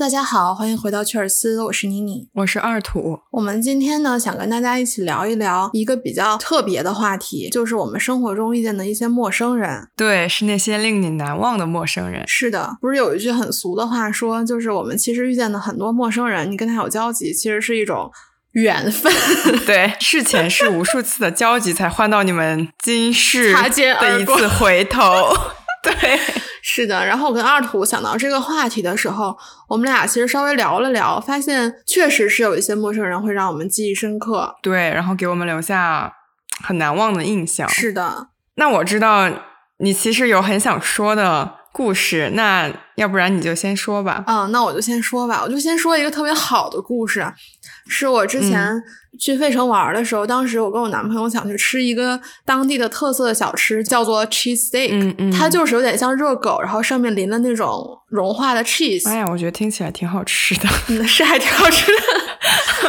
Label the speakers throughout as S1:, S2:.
S1: 大家好，欢迎回到雀尔斯，我是妮妮。
S2: 我是二土，
S1: 我们今天呢，想跟大家一起聊一聊一个比较特别的话题，就是我们生活中遇见的一些陌生人。
S2: 对，是那些令你难忘的陌生人。
S1: 是的，不是有一句很俗的话说，就是我们其实遇见的很多陌生人，你跟他有交集，其实是一种缘分。
S2: 对，事前是无数次的交集，才换到你们今世
S1: 擦肩而
S2: 的一
S1: 过
S2: 次回头。对，
S1: 是的，然后我跟二土想到这个话题的时候，我们俩其实稍微聊了聊，发现确实是有一些陌生人会让我们记忆深刻。
S2: 对，然后给我们留下很难忘的印象。
S1: 是的，
S2: 那我知道你其实有很想说的故事，那要不然你就先说吧。
S1: 嗯，那我就先说吧，我就先说一个特别好的故事，是我之前
S2: 嗯
S1: 去费城玩儿的时候，当时我跟我男朋友想去吃一个当地的特色的小吃，叫做 cheese steak，、
S2: 嗯嗯，
S1: 它就是有点像热狗，然后上面淋了那种融化的 cheese，
S2: 哎呀，我觉得听起来挺好吃的。
S1: 嗯，是还挺好吃的。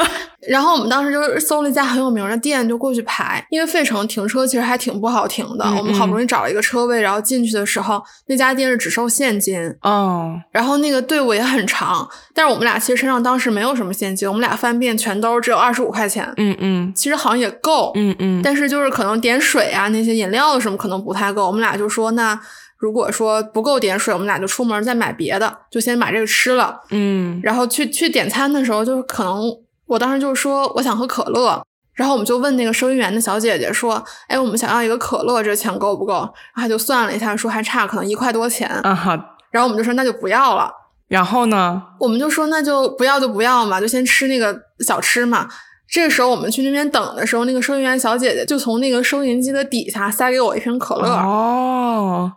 S1: 然后我们当时就是搜了一家很有名的店，就过去排，因为费城停车其实还挺不好停的。
S2: 嗯
S1: 我们好不容易找了一个车位，然后进去的时候，那家店是只收现金，
S2: 哦，
S1: 然后那个队伍也很长，但是我们俩其实身上当时没有什么现金，我们俩翻遍全兜只有二十五块钱，
S2: 嗯嗯
S1: 其实好像也够，
S2: 嗯嗯，
S1: 但是就是可能点水啊那些饮料什么可能不太够，我们俩就说那。如果说不够点水，我们俩就出门再买别的，就先把这个吃了。
S2: 嗯
S1: 然后去去点餐的时候，就是可能我当时就说我想喝可乐，然后我们就问那个收银员的小姐姐说，哎，我们想要一个可乐，这钱够不够？然后她就算了一下，说还差可能一块多钱，
S2: 啊哈，
S1: 然后我们就说那就不要了，
S2: 然后呢？
S1: 我们就说那就不要就不要嘛，就先吃那个小吃嘛。这个时候我们去那边等的时候，那个收银员小姐姐就从那个收银机的底下塞给我一瓶可乐。
S2: 哦，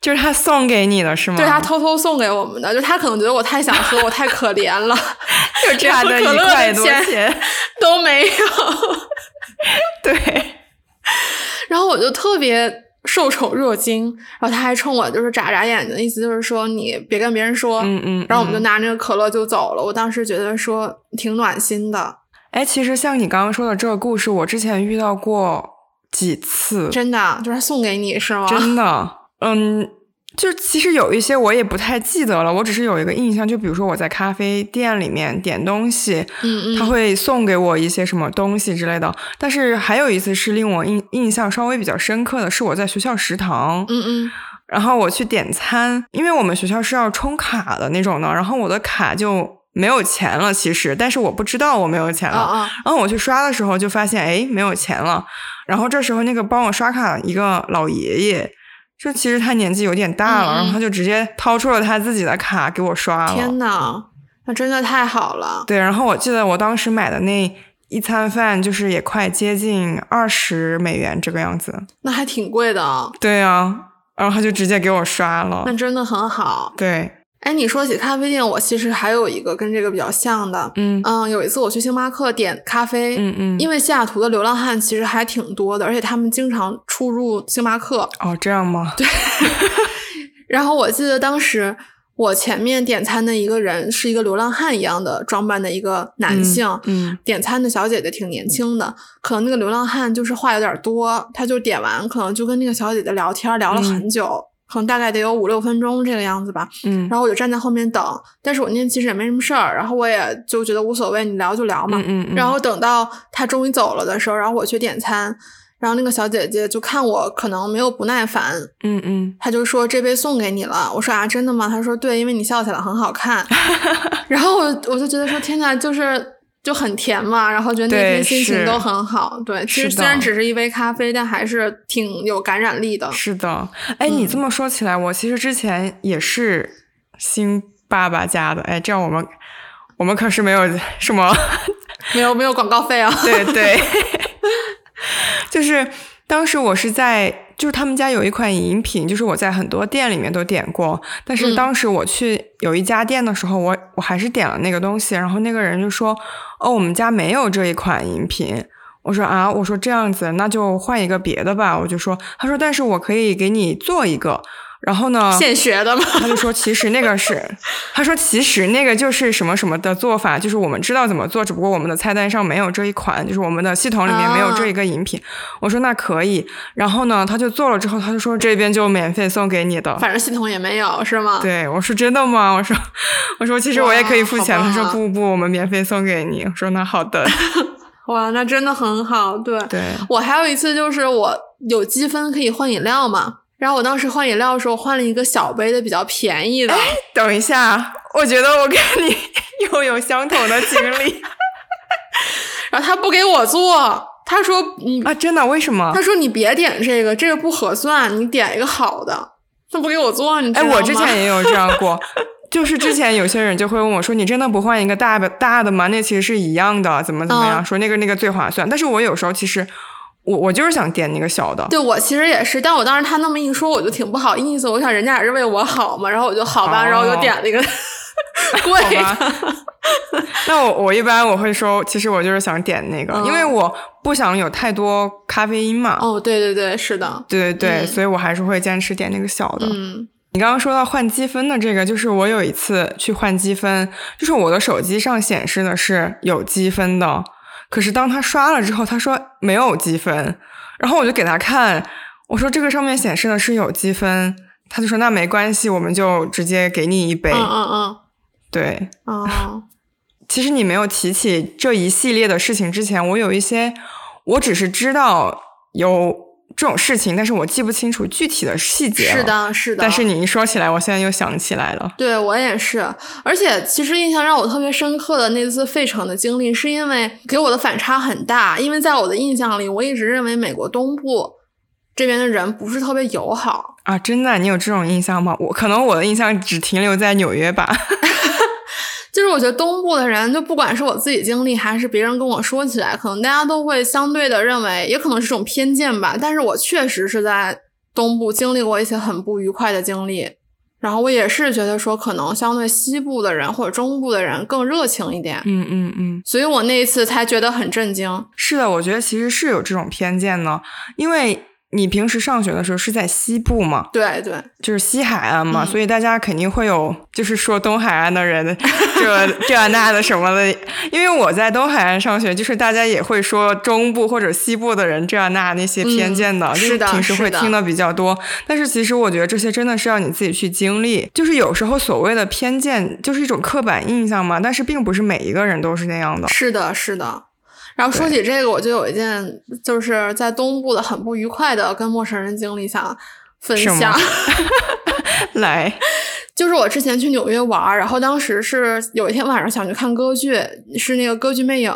S2: 就是他送给你的是吗？
S1: 对她偷偷送给我们的，就她可能觉得我太想喝，我太可怜了，
S2: 就差
S1: 喝
S2: 的一
S1: 可乐的
S2: 块多
S1: 钱
S2: 钱。
S1: 都没有。
S2: 对，
S1: 然后我就特别受宠若惊，然后他还冲我就是眨眨眼睛，意思就是说你别跟别人说。
S2: 嗯嗯。
S1: 然后我们就
S2: 嗯
S1: 拿那个可乐就走了。我当时觉得说挺暖心的，
S2: 哎，其实像你刚刚说的这个故事，我之前遇到过几次，
S1: 真的就是送给你是吗？
S2: 真的，嗯。就是其实有一些我也不太记得了，我只是有一个印象，就比如说我在咖啡店里面点东西，
S1: 嗯
S2: 他
S1: 嗯，
S2: 会送给我一些什么东西之类的。但是还有一次是令我印印象稍微比较深刻的是，我在学校食堂，
S1: 嗯嗯
S2: 然后我去点餐，因为我们学校是要充卡的那种的，然后我的卡就没有钱了，其实，但是我不知道我没有钱
S1: 啊
S2: 了。
S1: 啊
S2: 然后我去刷的时候就发现，哎，没有钱了。然后这时候那个帮我刷卡的一个老爷爷，就其实他年纪有点大
S1: 嗯
S2: 了，
S1: 嗯
S2: 然后他就直接掏出了他自己的卡给我刷了。
S1: 天呐，那真的太好了。
S2: 对，然后我记得我当时买的那一餐饭，就是也快接近二十美元这个样子。
S1: 那还挺贵的啊，
S2: 对啊，然后他就直接给我刷了
S1: 那。真的很好。
S2: 对，
S1: 哎，你说起咖啡店，我其实还有一个跟这个比较像的。
S2: 嗯
S1: 嗯，有一次我去星巴克点咖啡，
S2: 嗯嗯，
S1: 因为西雅图的流浪汉其实还挺多的，而且他们经常出入星巴克。
S2: 哦，这样吗？对，
S1: 然后我记得当时我前面点餐的一个人是一个流浪汉一样的装扮的一个男性，
S2: 嗯
S1: 点餐的小姐姐挺年轻的，可能那个流浪汉就是话有点多，他就点完可能就跟那个小姐姐聊天聊了很久，可能大概得有五六分钟这个样子吧。
S2: 嗯，
S1: 然后我就站在后面等，但是我那天其实也没什么事儿，然后我也就觉得无所谓，你聊就聊嘛。
S2: 嗯嗯，
S1: 然后等到他终于走了的时候，然后我去点餐，然后那个小姐姐就看我可能没有不耐烦，
S2: 嗯嗯，
S1: 她就说这杯送给你了。我说啊，真的吗？她说对，因为你笑起来很好 看。然后我我就觉得说天呐，就是。就很甜嘛，然后觉得那
S2: 对
S1: 天心情
S2: 是
S1: 都很好。对，其实
S2: 是的
S1: 虽然只是一杯咖啡，但还是挺有感染力的。
S2: 是的。哎，你
S1: 嗯
S2: 这么说起来，我其实之前也是新爸爸家的。哎，这样我们我们可是没有什么。
S1: 没有没有广告费啊。
S2: 对对， 就是当时我是在，就是他们家有一款饮品，就是我在很多店里面都点过，但是
S1: 嗯
S2: 当时我去有一家店的时候，我我还是点了那个东西，然后那个人就说：“哦，我们家没有这一款饮品。”我说啊，我说这样子，那就换一个别的吧。我就说，他说，但是我可以给你做一个。然后呢，
S1: 现学的吗？
S2: 他就说其实那个是，他说其实那个就是什么什么的做法，就是我们知道怎么做，只不过我们的菜单上没有这一款，就是我们的系统里面没有这一个饮
S1: 哦
S2: 品。我说那可以，然后呢，他就做了之后，他就说这边就免费送给你的。
S1: 反正系统也没有是吗？
S2: 对，我说真的吗？我说，我说其实我也可以付钱。
S1: 哇
S2: 他说
S1: 好棒啊
S2: 不不，我们免费送给你。我说那 好的，
S1: 哇，那真的很好，对。
S2: 对，
S1: 我还有一次就是我有积分可以换饮料嘛，然后我当时换饮料的时候换了一个小杯的，比较便宜的。
S2: 哎等一下，我觉得我跟你 又有相同的经 历
S1: 然后他不给我做，他说嗯你，
S2: 啊！真的？为什么
S1: 他？说你别点这个，这个不合算，你点一个好的。他不给我做，你知
S2: 哎，
S1: 道吗？
S2: 我之前也有这样 过，就是之前有些人就会问我说：“你真的不换一个大的大的吗？那其实是一样的，怎么怎么样？”
S1: 嗯
S2: 说那个那个最划算。但是我有时候其实我我就是想点那个小的。
S1: 对我其实也是，但我当时他那么一说，我就挺不好意思。我想人家也是为我好嘛，然后我就好吧，
S2: 哦
S1: 然后我就点了一 个贵
S2: 好吧
S1: 的。
S2: 那我我一般我会说，其实我就是想点那个，因为
S1: 嗯
S2: 我不想有太多咖啡因嘛。
S1: 哦，对对对，是的，
S2: 对对对，
S1: 嗯
S2: 所以我还是会坚持点那个小的。
S1: 嗯
S2: 你刚刚说到换积分的这个，就是我有一次去换积分，就是我的手机上显示的是有积分的，可是当他刷了之后，他说没有积分，然后我就给他看，我说这个上面显示的是有积分，他就说那没关系，我们就直接给你一杯。
S1: 嗯嗯
S2: 对，
S1: 嗯， 哦，
S2: 其实你没有提起这一系列的事情之前，我有一些，我只是知道有这种事情，但是我记不清楚具体的细节。
S1: 是。的，是的。
S2: 但是你一说起来，我现在又想起来了。
S1: 对我也是，而且其实印象让我特别深刻的那次费城的经历，是因为给我的反差很大。因为在我的印象里，我一直认为美国东部这边的人不是特别友好。
S2: 啊，真的，你有这种印象吗？我可能我的印象只停留在纽约吧。
S1: 就是我觉得东部的人，就不管是我自己经历，还是别人跟我说起来，可能大家都会相对的认为，也可能是种偏见吧。但是我确实是在东部经历过一些很不愉快的经历，然后我也是觉得说，可能相对西部的人或者中部的人更热情一点。
S2: 嗯嗯嗯，
S1: 所以我那一次才觉得很震惊。
S2: 是的，我觉得其实是有这种偏见呢，因为你平时上学的时候是在西部嘛，
S1: 对对，
S2: 就是西海岸嘛，
S1: 嗯
S2: 所以大家肯定会有就是说东海岸的人 这这那的什么的。因为我在东海岸上学，就是大家也会说中部或者西部的人这那那些偏
S1: 嗯
S2: 见的，就是
S1: 的
S2: 平时
S1: 是
S2: 会
S1: 的
S2: 听的比较多。但是其实我觉得这些真的是要你自己去经历，就是有时候所谓的偏见就是一种刻板印象嘛，但是并不是每一个人都是那 样的。
S1: 是的，是的。然后说起这个，我就有一件就是在东部的很不愉快的跟陌生人经历想分
S2: 什么
S1: 享，
S2: 来，
S1: 就是我之前去纽约玩儿，然后当时是有一天晚上想去看歌剧，是那个歌剧《魅影》，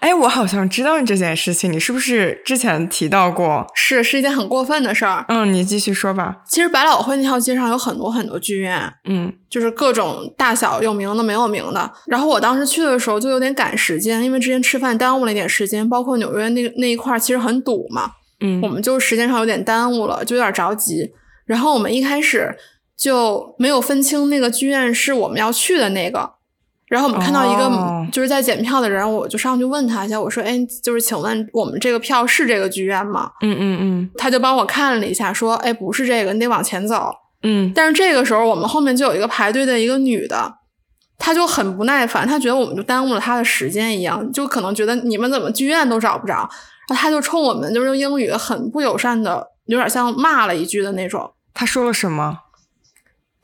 S2: 哎，我好像知道这件事情，你是不是之前提到过？
S1: 是是一件很过分的事儿。
S2: 嗯，你继续说吧。
S1: 其实百老汇那条街上有很多很多剧院，
S2: 嗯
S1: 就是各种大小有名的没有名的。然后我当时去的时候就有点赶时间，因为之前吃饭耽误了一点时间，包括纽约那那一块儿其实很堵嘛，
S2: 嗯
S1: 我们就时间上有点耽误了，就有点着急。然后我们一开始就没有分清那个剧院是我们要去的那个。然后我们看到一
S2: 哦
S1: 个就是在检票的人，我就上去问他一下，我说：“哎，就是请问我们这个票是这个剧院吗
S2: 嗯嗯嗯？”
S1: 他就帮我看了一下，说：“哎，不是这个，你得往前走。”
S2: 嗯，
S1: 但是这个时候，我们后面就有一个排队的一个女的，她就很不耐烦，她觉得我们就耽误了她的时间一样，就可能觉得你们怎么剧院都找不着，然后她就冲我们就是用英语很不友善的，有点像骂了一句的那种。
S2: 他说了什么？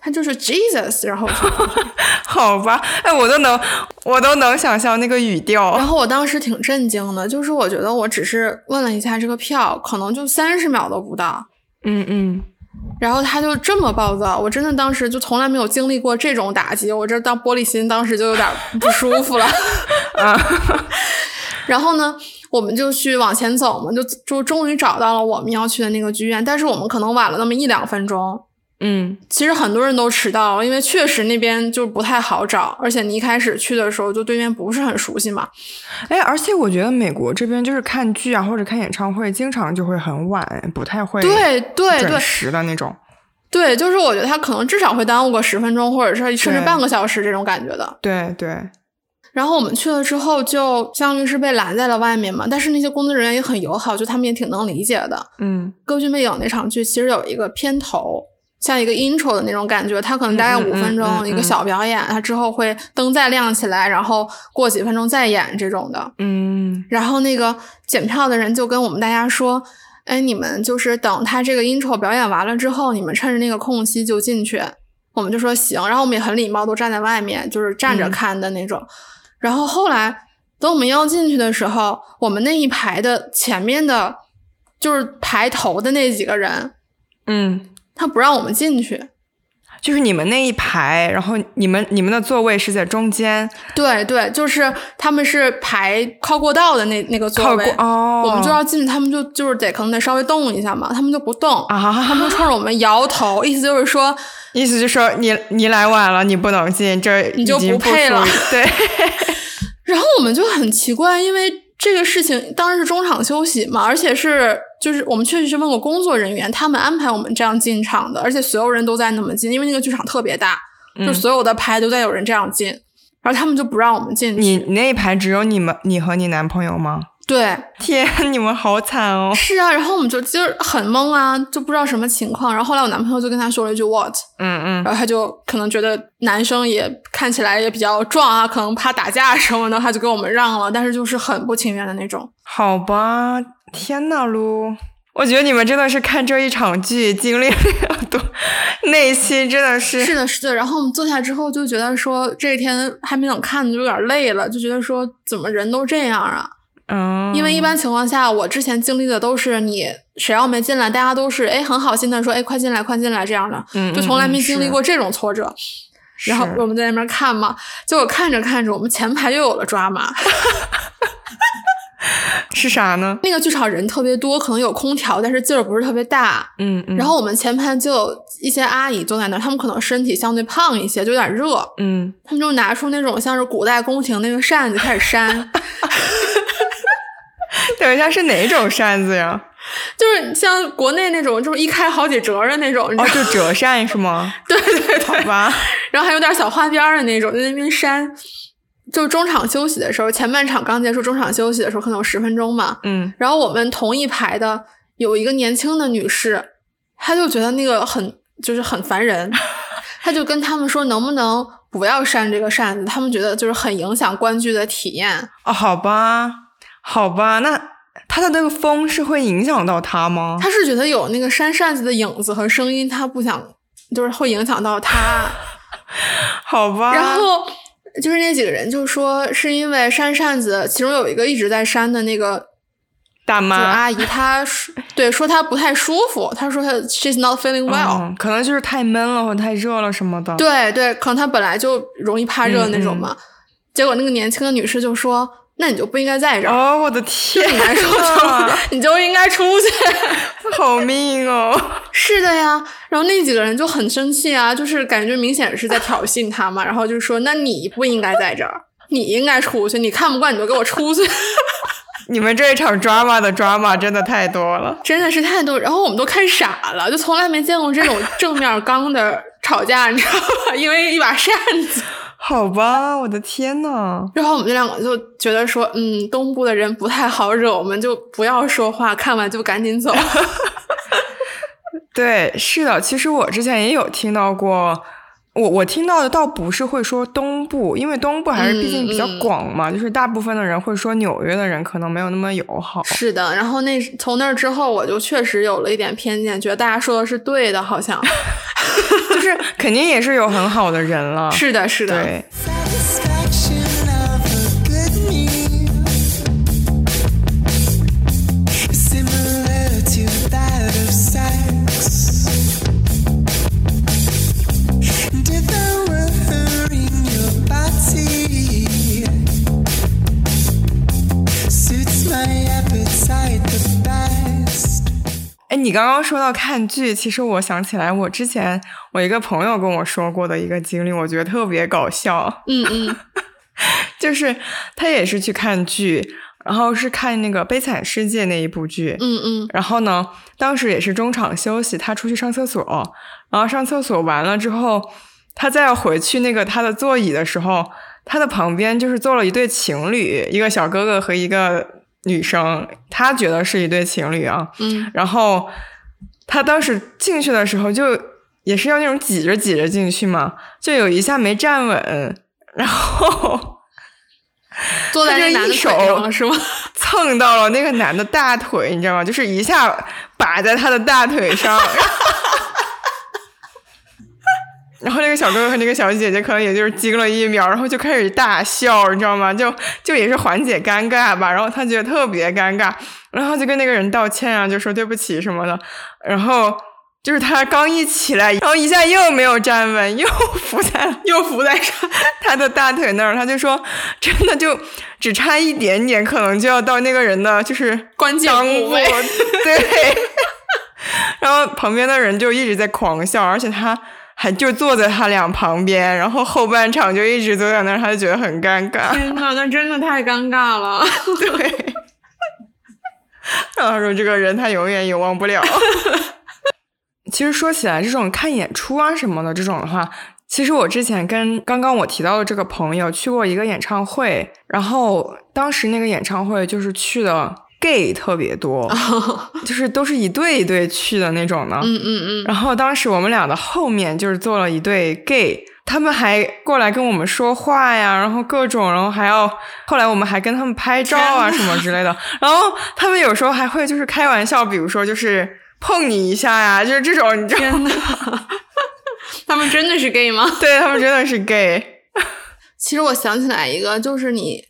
S1: 她就是 Jesus，然后我就
S2: 好吧，哎，我都能，我都能想象那个语
S1: 然
S2: 调。
S1: 后我当时挺震惊的，就是我觉得我只是问了一下这个票，可能就三十秒都不到，
S2: 嗯嗯，
S1: 然后她就这么暴躁，我真的当时就从来没有经历过这种打击，我这当玻璃心当时就有点不舒服了。
S2: 啊，
S1: 然后呢，我们就去往前走嘛，就就终于找到了我们要去的那个剧院，但是我们可能晚了那么一两分钟。
S2: 嗯
S1: 其实很多人都迟到了，因为确实那边就不太好找，而且你一开始去的时候就对面不是很熟悉嘛。
S2: 哎，而且我觉得美国这边就是看剧啊，或者看演唱会，经常就会很晚，不太会
S1: 对对
S2: 准
S1: 对
S2: 时的那种。
S1: 对，就是我觉得他可能至少会耽误个十分钟，或者是甚至
S2: 对
S1: 半个小时这种感觉的。
S2: 对对，
S1: 然后我们去了之后，就相当于是被拦在了外面嘛。但是那些工作人员也很友好，就他们也挺能理解的。
S2: 嗯
S1: 歌剧魅影那场剧其实有一个片头，像一个 intro 的那种感觉，它可能大概
S2: 嗯嗯
S1: 五分钟、
S2: 嗯嗯
S1: 一个小表演，它之后会灯再亮起来，然后过几分钟再演这种的。
S2: 嗯
S1: 然后那个检票的人就跟我们大家说：“哎，你们就是等他这个 intro 表演完了之后，你们趁着那个空隙就进去。”我们就说行，然后我们也很礼貌，都站在外面，就是站着
S2: 嗯
S1: 看的那种。然后后来等我们要进去的时候，我们那一排的前面的，就是排头的那几个人，
S2: 嗯，
S1: 他不让我们进去。
S2: 就是你们那一排，然后你们你们的座位是在中间，
S1: 对对，就是他们是排靠过道的那那个座
S2: 靠
S1: 位
S2: 过，哦，
S1: 我们就要进去，他们就就是得可能得稍微动一下嘛，他们就不动，他
S2: 啊，
S1: 们就冲着我们摇头，意思就是说
S2: 意思就说你你来晚了，你不能进，这儿
S1: 你就
S2: 已经
S1: 不配
S2: 属于
S1: 了
S2: 对，
S1: 然后我们就很奇怪，因为这个事情当然是中场休息嘛，而且是就是我们确实是问过工作人员，他们安排我们这样进场的，而且所有人都在那么进，因为那个剧场特别大，就
S2: 嗯
S1: 所有的排都在有人这样进，然后他们就不让我们进
S2: 你
S1: 去。
S2: 你那一排只有你们，你和你男朋 友吗？
S1: 对，
S2: 天，你们好惨哦！
S1: 是啊，然后我们就就是很懵啊，就不知道什么情况。然后后来我男朋友就跟他说了一句 “what”，
S2: 嗯嗯，
S1: 然后他就可能觉得男生也看起来也比较壮啊，可能怕打架什么的，他就给我们让了，但是就是很不情愿的那种。
S2: 好吧，天呐噜！我觉得你们真的是看这一场剧经历了多，内心真的是
S1: 是的，是的。然后我们坐下之后就觉得说，这一天还没等看就有点累了，就觉得说怎么人都这样啊？
S2: 嗯，
S1: 因为一般情况下，我之前经历的都是你谁要没进来，大家都是哎很好心的说哎快进来快进来这样的，
S2: 嗯
S1: 就从来没经历。
S2: 嗯
S1: 过
S2: 嗯
S1: 这种挫折。
S2: 是
S1: 然后
S2: 是
S1: 我们在那边看嘛，结果看着看着，我们前排又有了抓马。
S2: 是啥呢？
S1: 那个剧场人特别多，可能有空调，但是劲儿不是特别大。
S2: 嗯嗯，
S1: 然后我们前排就有一些阿姨坐在那儿，她们可能身体相对胖一些，就有点热，
S2: 嗯，
S1: 她们就拿出那种像是古代宫廷那个扇子开始 扇，
S2: 等一下是哪种扇子呀？
S1: 就是像国内那种，就是一开好几折的那种，你知道
S2: 哦，
S1: 吗
S2: 就折扇 是吗？对对对，好吧，
S1: 然后还有点小花边儿的那种，在那边扇。就中场休息的时候，前半场刚结束，中场休息的时候可能有十分钟嘛，
S2: 嗯
S1: 然后我们同一排的有一个年轻的女士，她就觉得那个很就是很烦人，她就跟他们说能不能不要扇这个扇子，他们觉得就是很影响观剧的体验。
S2: 哦，好吧，好吧，那它的那个风是会影响到它吗？
S1: 她是觉得有那个扇扇子的影子和声音，她不想就是会影响到她。
S2: 好吧，
S1: 然后就是那几个人就说是因为扇扇子，其中有一个一直在扇的那个
S2: 大
S1: 就
S2: 妈
S1: 是阿姨，她说对说她不太舒服，她说她 she's not feeling well。
S2: 嗯，可能就是太闷了或太热了什么的。，
S1: 对对，可能她本来就容易怕热的那种嘛。结果那个年轻的女士就说：“那你就不应该在这儿，
S2: 哦，我的天
S1: 你来说
S2: 呐，
S1: 就你就应该出去。
S2: 好命哦！”
S1: 是的呀，然后那几个人就很生气啊，就是感觉明显是在挑衅她嘛，然后就说：“那你不应该在这儿，你应该出去，你看不惯你就给我出去。
S2: 你们这一场 drama 的 drama 真的太多了”。
S1: 真的是太多，然后我们都看傻了，就从来没见过这种正面刚的吵架，你知道吧？因为一把扇子。
S2: 好吧，我的天呐，
S1: 然后我们这两个就觉得说，嗯，东部的人不太好惹，我们就不要说话，看完就赶紧走。
S2: 对，是的，其实我之前也有听到过。我我听到的倒不是会说东部，因为东部还是毕竟比较
S1: 嗯嗯
S2: 广嘛，就是大部分的人会说纽约的人可能没有那么友好。
S1: 是的，然后那从那儿之后，我就确实有了一点偏见，觉得大家说的是对的，好像
S2: 就是肯定也是有很好的人了。
S1: 是的，是的，
S2: 对，
S3: Satisfaction of a good meal similar to that of sex. Devouring your body suits my appetite the best.
S2: 哎，你刚刚说到看剧，其实我想起来，我之前我一个朋友跟我说过的一个经历，我觉得特别搞笑，
S1: 嗯嗯
S2: 就是他也是去看剧，然后是看那个《悲惨世界》那一部剧，
S1: 嗯嗯，
S2: 然后呢，当时也是中场休息，他出去上厕所，然后上厕所完了之后，他再回去那个他的座椅的时候，他的旁边就是坐了一对情侣，一个小哥哥和一个女生，他 觉得是一对情侣啊，
S1: 嗯，
S2: 然后他当时进去的时候就也是要那种挤着挤着进去嘛，就有一下没站稳，然后
S1: 坐在
S2: 他
S1: 那
S2: 就
S1: 男的
S2: 一
S1: 腿上
S2: 手
S1: 了是吗？
S2: 蹭到了那个男的大腿，你知道吗？就是一下把在他的大腿上。然后那个小哥哥和那个小姐姐可能也就是惊了一秒，然后就开始大笑，你知道吗？就就也是缓解尴尬吧。然后他觉得特别尴尬，然后就跟那个人道歉啊，就说对不起什么的。然后就是他刚一起来，然后一下又没有站稳，又浮在了又浮在上他的大腿那儿。他就说，真的就只差一点点，可能就要到那个人的就是
S1: 关键
S2: 裆
S1: 部
S2: 部
S1: 位，
S2: 对。然后旁边的人就一直在狂笑，而且他还就坐在他俩旁边，然后后半场就一直坐在那儿，他就觉得很尴尬。
S1: 天呐，那真的太尴尬 了。
S2: 对，然后他说这个人他永远也忘不了。 其实说起来，这种看演出啊什么的这种的话，其实我之前跟刚刚我提到的这个朋友去过一个演唱会，然后当时那个演唱会就是去的 gay 特别多，就是都是一对一对去的那种的。
S1: 哦嗯嗯嗯，
S2: 然后当时我们俩的后面就是坐了一对 gay，他们还过来跟我们说话呀，然后各种，然后还要后来我们还跟他们拍照啊
S1: 天
S2: 什么之类的。然后他们有时候还会就是开玩笑，比如说就是碰你一下呀，就是这种，你知道吗？
S1: 他们真的是 gay 吗？
S2: 对他们真的是 gay，
S1: 其实我想起来一个，就是你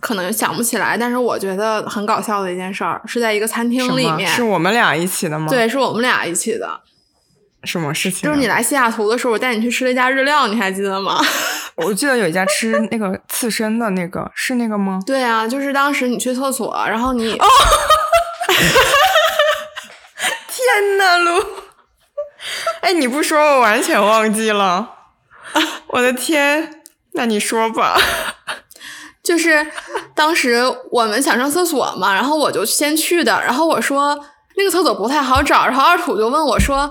S1: 可能想不起来，但是我觉得很搞笑的一件事儿，是在一个餐
S2: 什
S1: 厅里
S2: 么？
S1: 面，
S2: 是我们俩一起的吗？，
S1: 对，是我们俩一起的。
S2: 什么事情
S1: 就
S2: 啊、
S1: 是你来西雅图的时候，我带你去吃了一家日料，你还记得吗？
S2: 我记得有一家吃那个刺身的那个，是那个吗？
S1: 对啊，就是当时你去厕所，然后你、
S2: 哦天呐，lu！哎，你不说我完全忘记了，
S1: 啊
S2: 我的天！那你说吧，
S1: 就是当时我们想上厕所嘛，然后我就先去的，然后我说那个厕所不太好找，然后二土就问我说。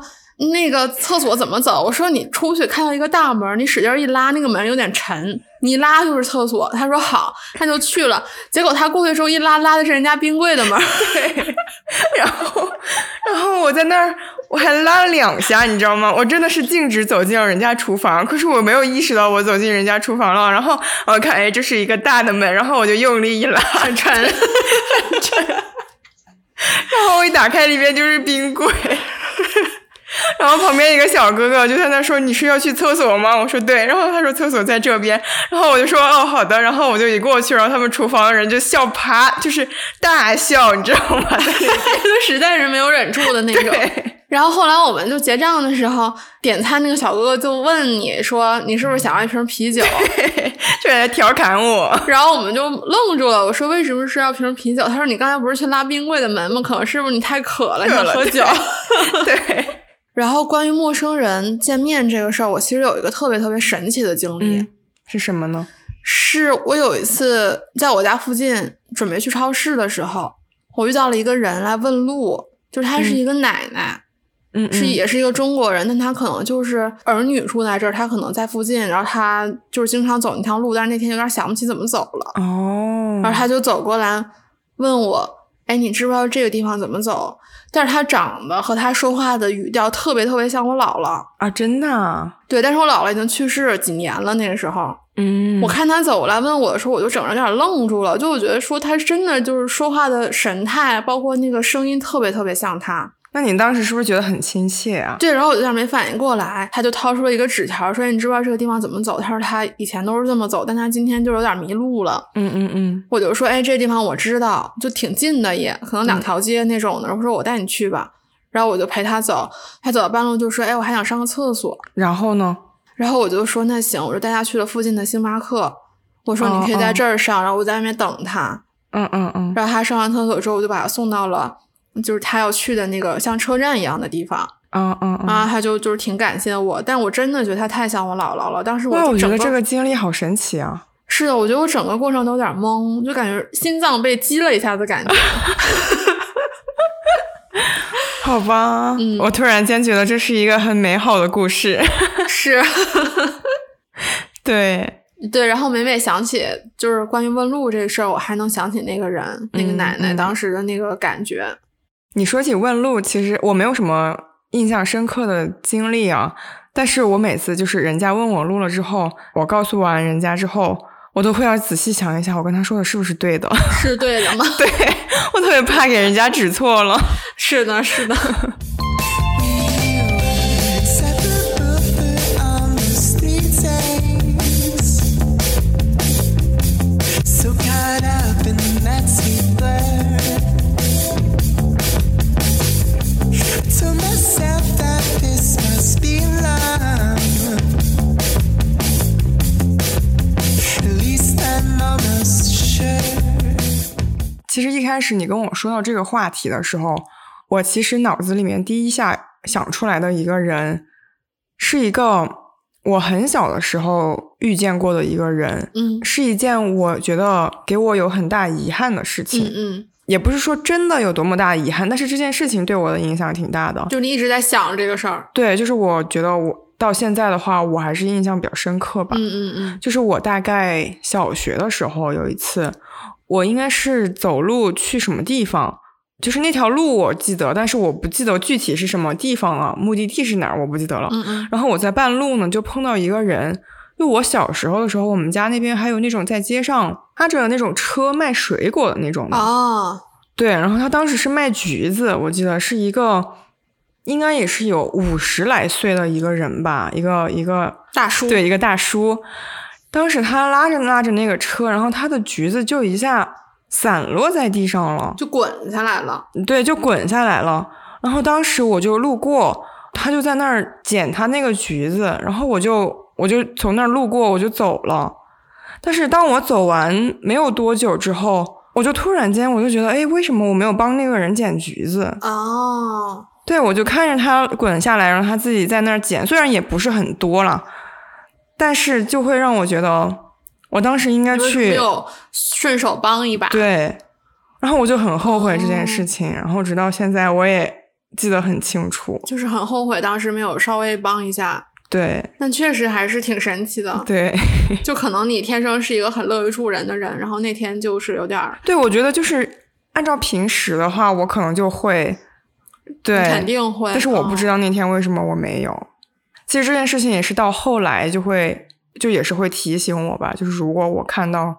S1: 那个厕所怎么走？我说你出去看到一个大门，你使劲一拉，那个门有点沉，你一拉就是厕所。他说好，他就去了。结果他过去之后一拉，拉的是人家冰柜的 门。
S2: 然后，然后我在那儿我还拉了两下，你知道吗？我真的是径直走进了人家厨房，可是我没有意识到我走进人家厨房了。然后我看，哎，这是一个大的门，然后我就用力一拉，很沉， 很沉。然后我一打开，里面就是冰柜。然后旁边一个小哥哥就在那说：“你是要去厕所吗？”我说：“对。”然后他说：“厕所在这边。”然后我就说：“哦，好的。”然后我就一过去，然后他们厨房的人就笑趴，就是大笑，你知道吗？ 在那里
S1: 就实在是没有忍住的那种。
S2: 对
S1: 然后后来我们就结账的时候，点餐那个小哥哥就问你说：“你是不是想要一瓶啤酒
S2: 就来调侃我。？”
S1: 然后我们就愣住了。我说：“为什么是要瓶啤酒？”他说：“你刚才不是去拉冰柜的门吗？可能是不是你太 渴了，你想喝酒？”
S2: 对，
S1: 然后关于陌生人见面这个事儿，我其实有一个特别特别神奇的经历，
S2: 嗯，是什么呢？
S1: 是我有一次在我家附近准备去超市的时候，我遇到了一个人来问路，就是她是一个奶奶。
S2: 嗯
S1: 是也是一个中国人，但他可能就是儿女住在这儿，他可能在附近，然后他就是经常走那条路，但是那天有点想不起怎么走了，
S2: 哦，
S1: 嗯然后他就走过来问我，哎，你知不知道这个地方怎么走？但是他长得和他说话的语调特别特别像我姥姥，
S2: 啊，真的啊，
S1: 对，但是我姥姥已经去世几年了，那个时候，
S2: 嗯
S1: 我看他走过来问我的时候，我就整个人有点愣住了，就我觉得说他真的就是说话的神态，包括那个声音特别特别像他，
S2: 那你当时是不是觉得很亲切啊？
S1: 对，然后我有点没反应过来，他就掏出了一个纸条，说：“你知不知道这个地方怎么走？”他说他以前都是这么走，但他今天就有点迷路了。
S2: 嗯嗯嗯，
S1: 我就说：“哎，这地方我知道，就挺近的也，可能
S2: 嗯
S1: 两条街那种的。我说：“我带你去吧。”然后我就陪他走，他走到半路就说：“哎，我还想上个厕所。
S2: 然后呢？”
S1: 然后我就说：“那行。”我就带他去了附近的星巴克。我说：“你可以在
S2: 哦
S1: 这儿上。然后我在外面等他。
S2: 嗯嗯嗯，
S1: 然后他上完厕所之后，我就把他送到了就是他要去的那个像车站一样的地方。
S2: 嗯嗯嗯。
S1: 啊，他就就是挺感谢我，但我真的觉得他太像我姥姥了。当时我
S2: 哇，
S1: 就
S2: 我觉
S1: 整
S2: 得
S1: 个嗯
S2: 这个经历好神奇啊！
S1: 是的，我觉得我整个过程都有点懵，就感觉心脏被击了一下子，感 觉
S2: 好吧，
S1: 嗯
S2: 我突然间觉得这是一个很美好的故事。
S1: 是
S2: 对，
S1: 对。然后每每想起就是关于问路这事儿，我还能想起那个人，那个
S2: 嗯
S1: 奶奶
S2: 嗯
S1: 当时的那个感觉。
S2: 你说起问路，其实我没有什么印象深刻的经历啊。但是我每次就是人家问我录了之后，我告诉完人家之后，我都会要仔细想一下，我跟他说的是不是对的。
S1: 是对的吗？
S2: 对我特别怕给人家指错了。
S1: 是的，是的。
S3: So caught up in that sweet blur. Told myself that this must be love. At least I'm almost sure.
S2: 其实一开始你跟我说到这个话题的时候，我其实脑子里面第一下想出来的一个人，是一个我很小的时候遇见过的一个人，
S1: 嗯
S2: 是一件我觉得给我有很大遗憾的事情，
S1: 嗯嗯，
S2: 也不是说真的有多么大的遗憾，但是这件事情对我的影响挺大的。
S1: 就你一直在想这个事儿。
S2: 对，就是我觉得我到现在的话，我还是印象比较深刻吧。
S1: 嗯嗯嗯
S2: 就是我大概小学的时候有一次，我应该是走路去什么地方，就是那条路我记得，但是我不记得具体是什么地方了，目的地是哪儿我不记得了。
S1: 嗯嗯
S2: 然后我在半路呢就碰到一个人，因为我小时候的时候，我们家那边还有那种在街上拉着那种车卖水果的那种的。
S1: 哦，
S2: 对，然后他当时是卖橘子，我记得是一个。应该也是有五十来岁的一个人吧，一个一个
S1: 大叔。
S2: 对，一个大叔。当时他拉着拉着那个车，然后他的橘子就一下散落在地上了，
S1: 就滚下来了。
S2: 对，就滚下来了。然后当时我就路过，他就在那儿捡他那个橘子，然后我就我就从那儿路过，我就走了。但是当我走完没有多久之后，我就突然间我就觉得，哎，为什么我没有帮那个人捡橘子？
S1: 哦，
S2: 对，我就看着它滚下来，然后它自己在那儿捡，虽然也不是很多了，但是就会让我觉得，我当时应该
S1: 你为什么没
S2: 去
S1: 有顺手帮一把。
S2: 对，然后我就很后悔这件
S1: 哦
S2: 事情，然后直到现在我也记得很清楚，
S1: 就是很后悔当时没有稍微帮一下，
S2: 对
S1: 但确实还是挺神奇的。
S2: 对
S1: 就可能你天生是一个很乐于助人的人，然后那天就是有点儿，
S2: 对，我觉得就是按照平时的话，我可能就会对
S1: 你肯定哦会。嗯
S2: 但是我不知
S1: 道，
S2: 道那天为什么我没有。其实这件事情也是到后来就会，就也是会提醒我吧，就是如果我看到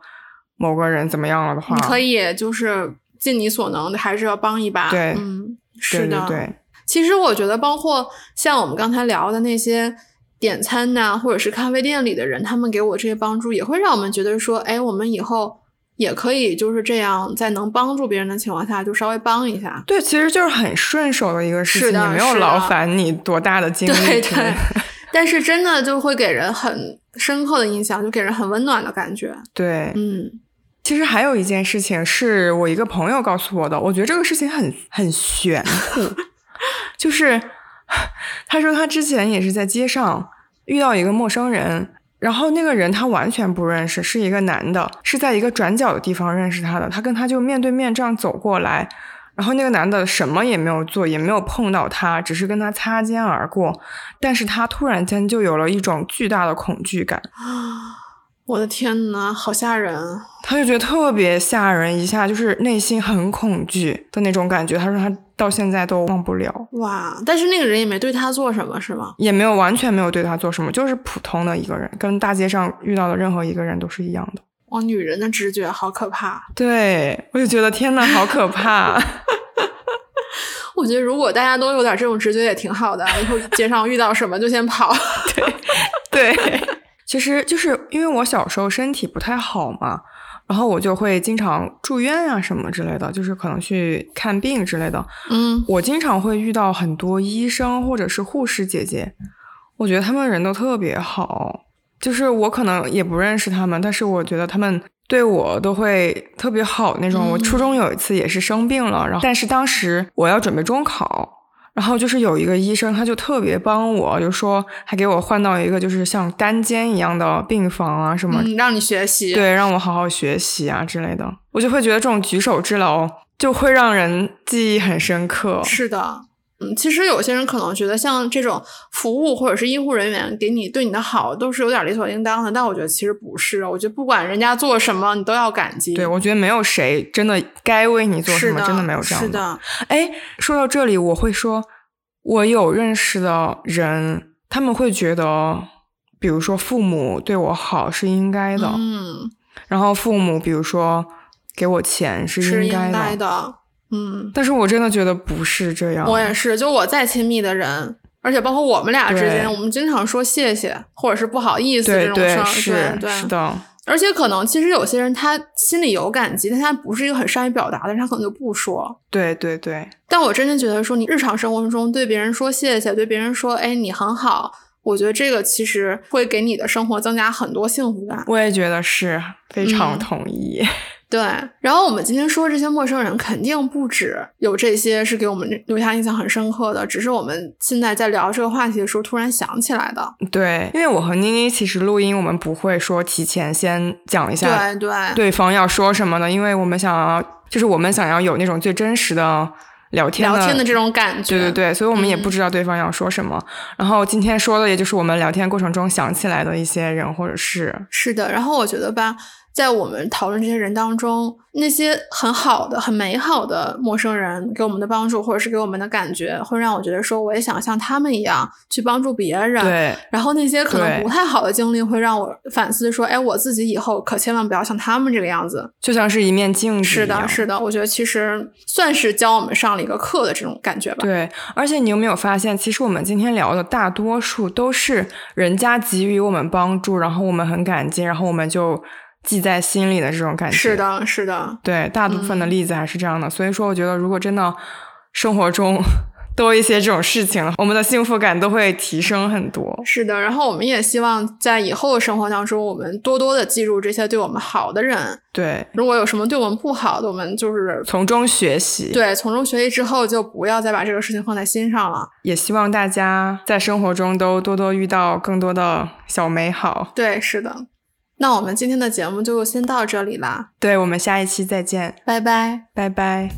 S2: 某个人怎么样了的话，
S1: 你可以就是尽你所能的，还是要帮一把。
S2: 对
S1: 嗯，
S2: 对
S1: 是
S2: 对
S1: 的。
S2: 对，
S1: 其实我觉得，包括像我们刚才聊的那些点餐呐、或者是咖啡店里的人，他们给我这些帮助，也会让我们觉得说，哎，我们以后也可以就是这样，在能帮助别人的情况下，就稍微帮一下。
S2: 对，其实就是很顺手的一个事
S1: 是
S2: 情，
S1: 的
S2: 也没有
S1: 是的
S2: 劳烦你多大的精力。
S1: 对
S2: 其实
S1: 对，但是真的就会给人很深刻的印象，就给人很温暖的感觉。
S2: 对
S1: 嗯，
S2: 其实还有一件事情是我一个朋友告诉我的，我觉得这个事情很很玄乎，就是他说他之前也是在街上遇到一个陌生人，然后那个人他完全不认识，是一个男的，是在一个转角的地方认识他的，他跟他就面对面这样走过来，然后那个男的什么也没有做，也没有碰到他，只是跟他擦肩而过，但是他突然间就有了一种巨大的恐惧感。
S1: 我的天呐，好吓人啊！
S2: 他就觉得特别吓人，一下就是内心很恐惧的那种感觉。他说他到现在都忘不了，
S1: 哇！但是那个人也没对他做什么，是吗？
S2: 也没有完全没有对他做什么，就是普通的一个人，跟大街上遇到的任何一个人都是一样的。
S1: 哇，女人的直觉好可怕。
S2: 对，我就觉得天呐，好可怕！啊
S1: 我觉得如果大家都有点这种直觉也挺好的，以后街上遇到什么就先跑。
S2: 对，其实就是因为我小时候身体不太好嘛，然后我就会经常住院啊什么之类的，就是可能去看病之类的。
S1: 嗯，
S2: 我经常会遇到很多医生或者是护士姐姐，我觉得他们人都特别好，就是我可能也不认识他们，但是我觉得他们对我都会特别好那种。
S1: 嗯
S2: 我初中有一次也是生病了，然后但是当时我要准备中考。然后就是有一个医生，他就特别帮我，就说还给我换到一个就是像单间一样的病房啊什么
S1: 嗯，让你学习。，
S2: 对，让我好好学习啊之类的，我就会觉得这种举手之劳就会让人记忆很深刻。
S1: 是的。嗯，其实有些人可能觉得像这种服务或者是医护人员给你对你的好都是有点理所应当的，但我觉得其实不是。啊我觉得不管人家做什么，你都要感激。
S2: 对，我觉得没有谁真的该为你做什
S1: 是
S2: 么，
S1: 的，
S2: 真的没有这样
S1: 是的，
S2: 哎，说到这里，我会说，我有认识的人，他们会觉得，比如说父母对我好是应该的，
S1: 嗯，
S2: 然后父母比如说给我钱
S1: 是
S2: 是
S1: 应
S2: 应该的，
S1: 该的，嗯，
S2: 但是我真的觉得不是这样。
S1: 我也是，就我再亲密的人，而且包括我们俩之间，
S2: 对
S1: 我们经常说谢谢或者是不好意思这
S2: 对
S1: 种事
S2: 对
S1: 儿，
S2: 是
S1: 对
S2: 是的，
S1: 而且可能其实有些人他心里有感激，但他不是一个很善于表达的人，他可能就不说。
S2: 对对对
S1: 但我真的觉得说，你日常生活中对别人说谢谢，对别人说哎你很好，我觉得这个其实会给你的生活增加很多幸福感。
S2: 我也觉得是非
S1: 嗯
S2: 常同意。
S1: 对，然后我们今天说这些陌生人，肯定不止有这些是给我们留下印象很深刻的，只是我们现在在聊这个话题的时候突然想起来的。
S2: 对，因为我和妮妮其实录音，我们不会说提前先讲一下
S1: 对对
S2: 对方要说什么的，因为我们想要，就是我们想要有那种最真实的聊天
S1: 聊天的这种感觉，
S2: 对对对，所以我们也
S1: 嗯
S2: 不知道对方要说什么。然后今天说的，也就是我们聊天过程中想起来的一些人或者是，
S1: 是的，然后我觉得吧，在我们讨论这些人当中，那些很好的、很美好的陌生人给我们的帮助，或者是给我们的感觉，会让我觉得说，我也想像他们一样去帮助别人。
S2: 对
S1: 然后那些可能
S2: 对
S1: 不太好的经历，会让我反思说，哎，我自己以后可千万不要像他们这个样子。
S2: 就像是一面镜子
S1: 是
S2: 一
S1: 的，
S2: 样
S1: 是的，我觉得其实算是教我们上了一个课的这种感觉吧。
S2: 对，而且你有没有发现，其实我们今天聊的大多数都是人家给予我们帮助，然后我们很感激，然后我们就记在心里的这种感觉。
S1: 是，的，是的，
S2: 对，大部分的例子还是这样的。所以说，我觉得如果真的生活中 多一些这种事情，我们的幸福感都会提升很多。
S1: 是的，然后我们也希望在以后的生活当中，我们多多的记住这些对我们好的人，
S2: 对，
S1: 如果有什么对我们不好的，我们就是
S2: 从中学习。，
S1: 对从中学习之后，就不要再把这个事情放在心上了。
S2: 也希望大家在生活中都多多遇到更多的小美好。
S1: 对，是的。那我们今天的节目就先到这里啦，
S2: 对我们下一期再见，
S1: 拜拜。
S2: 拜拜。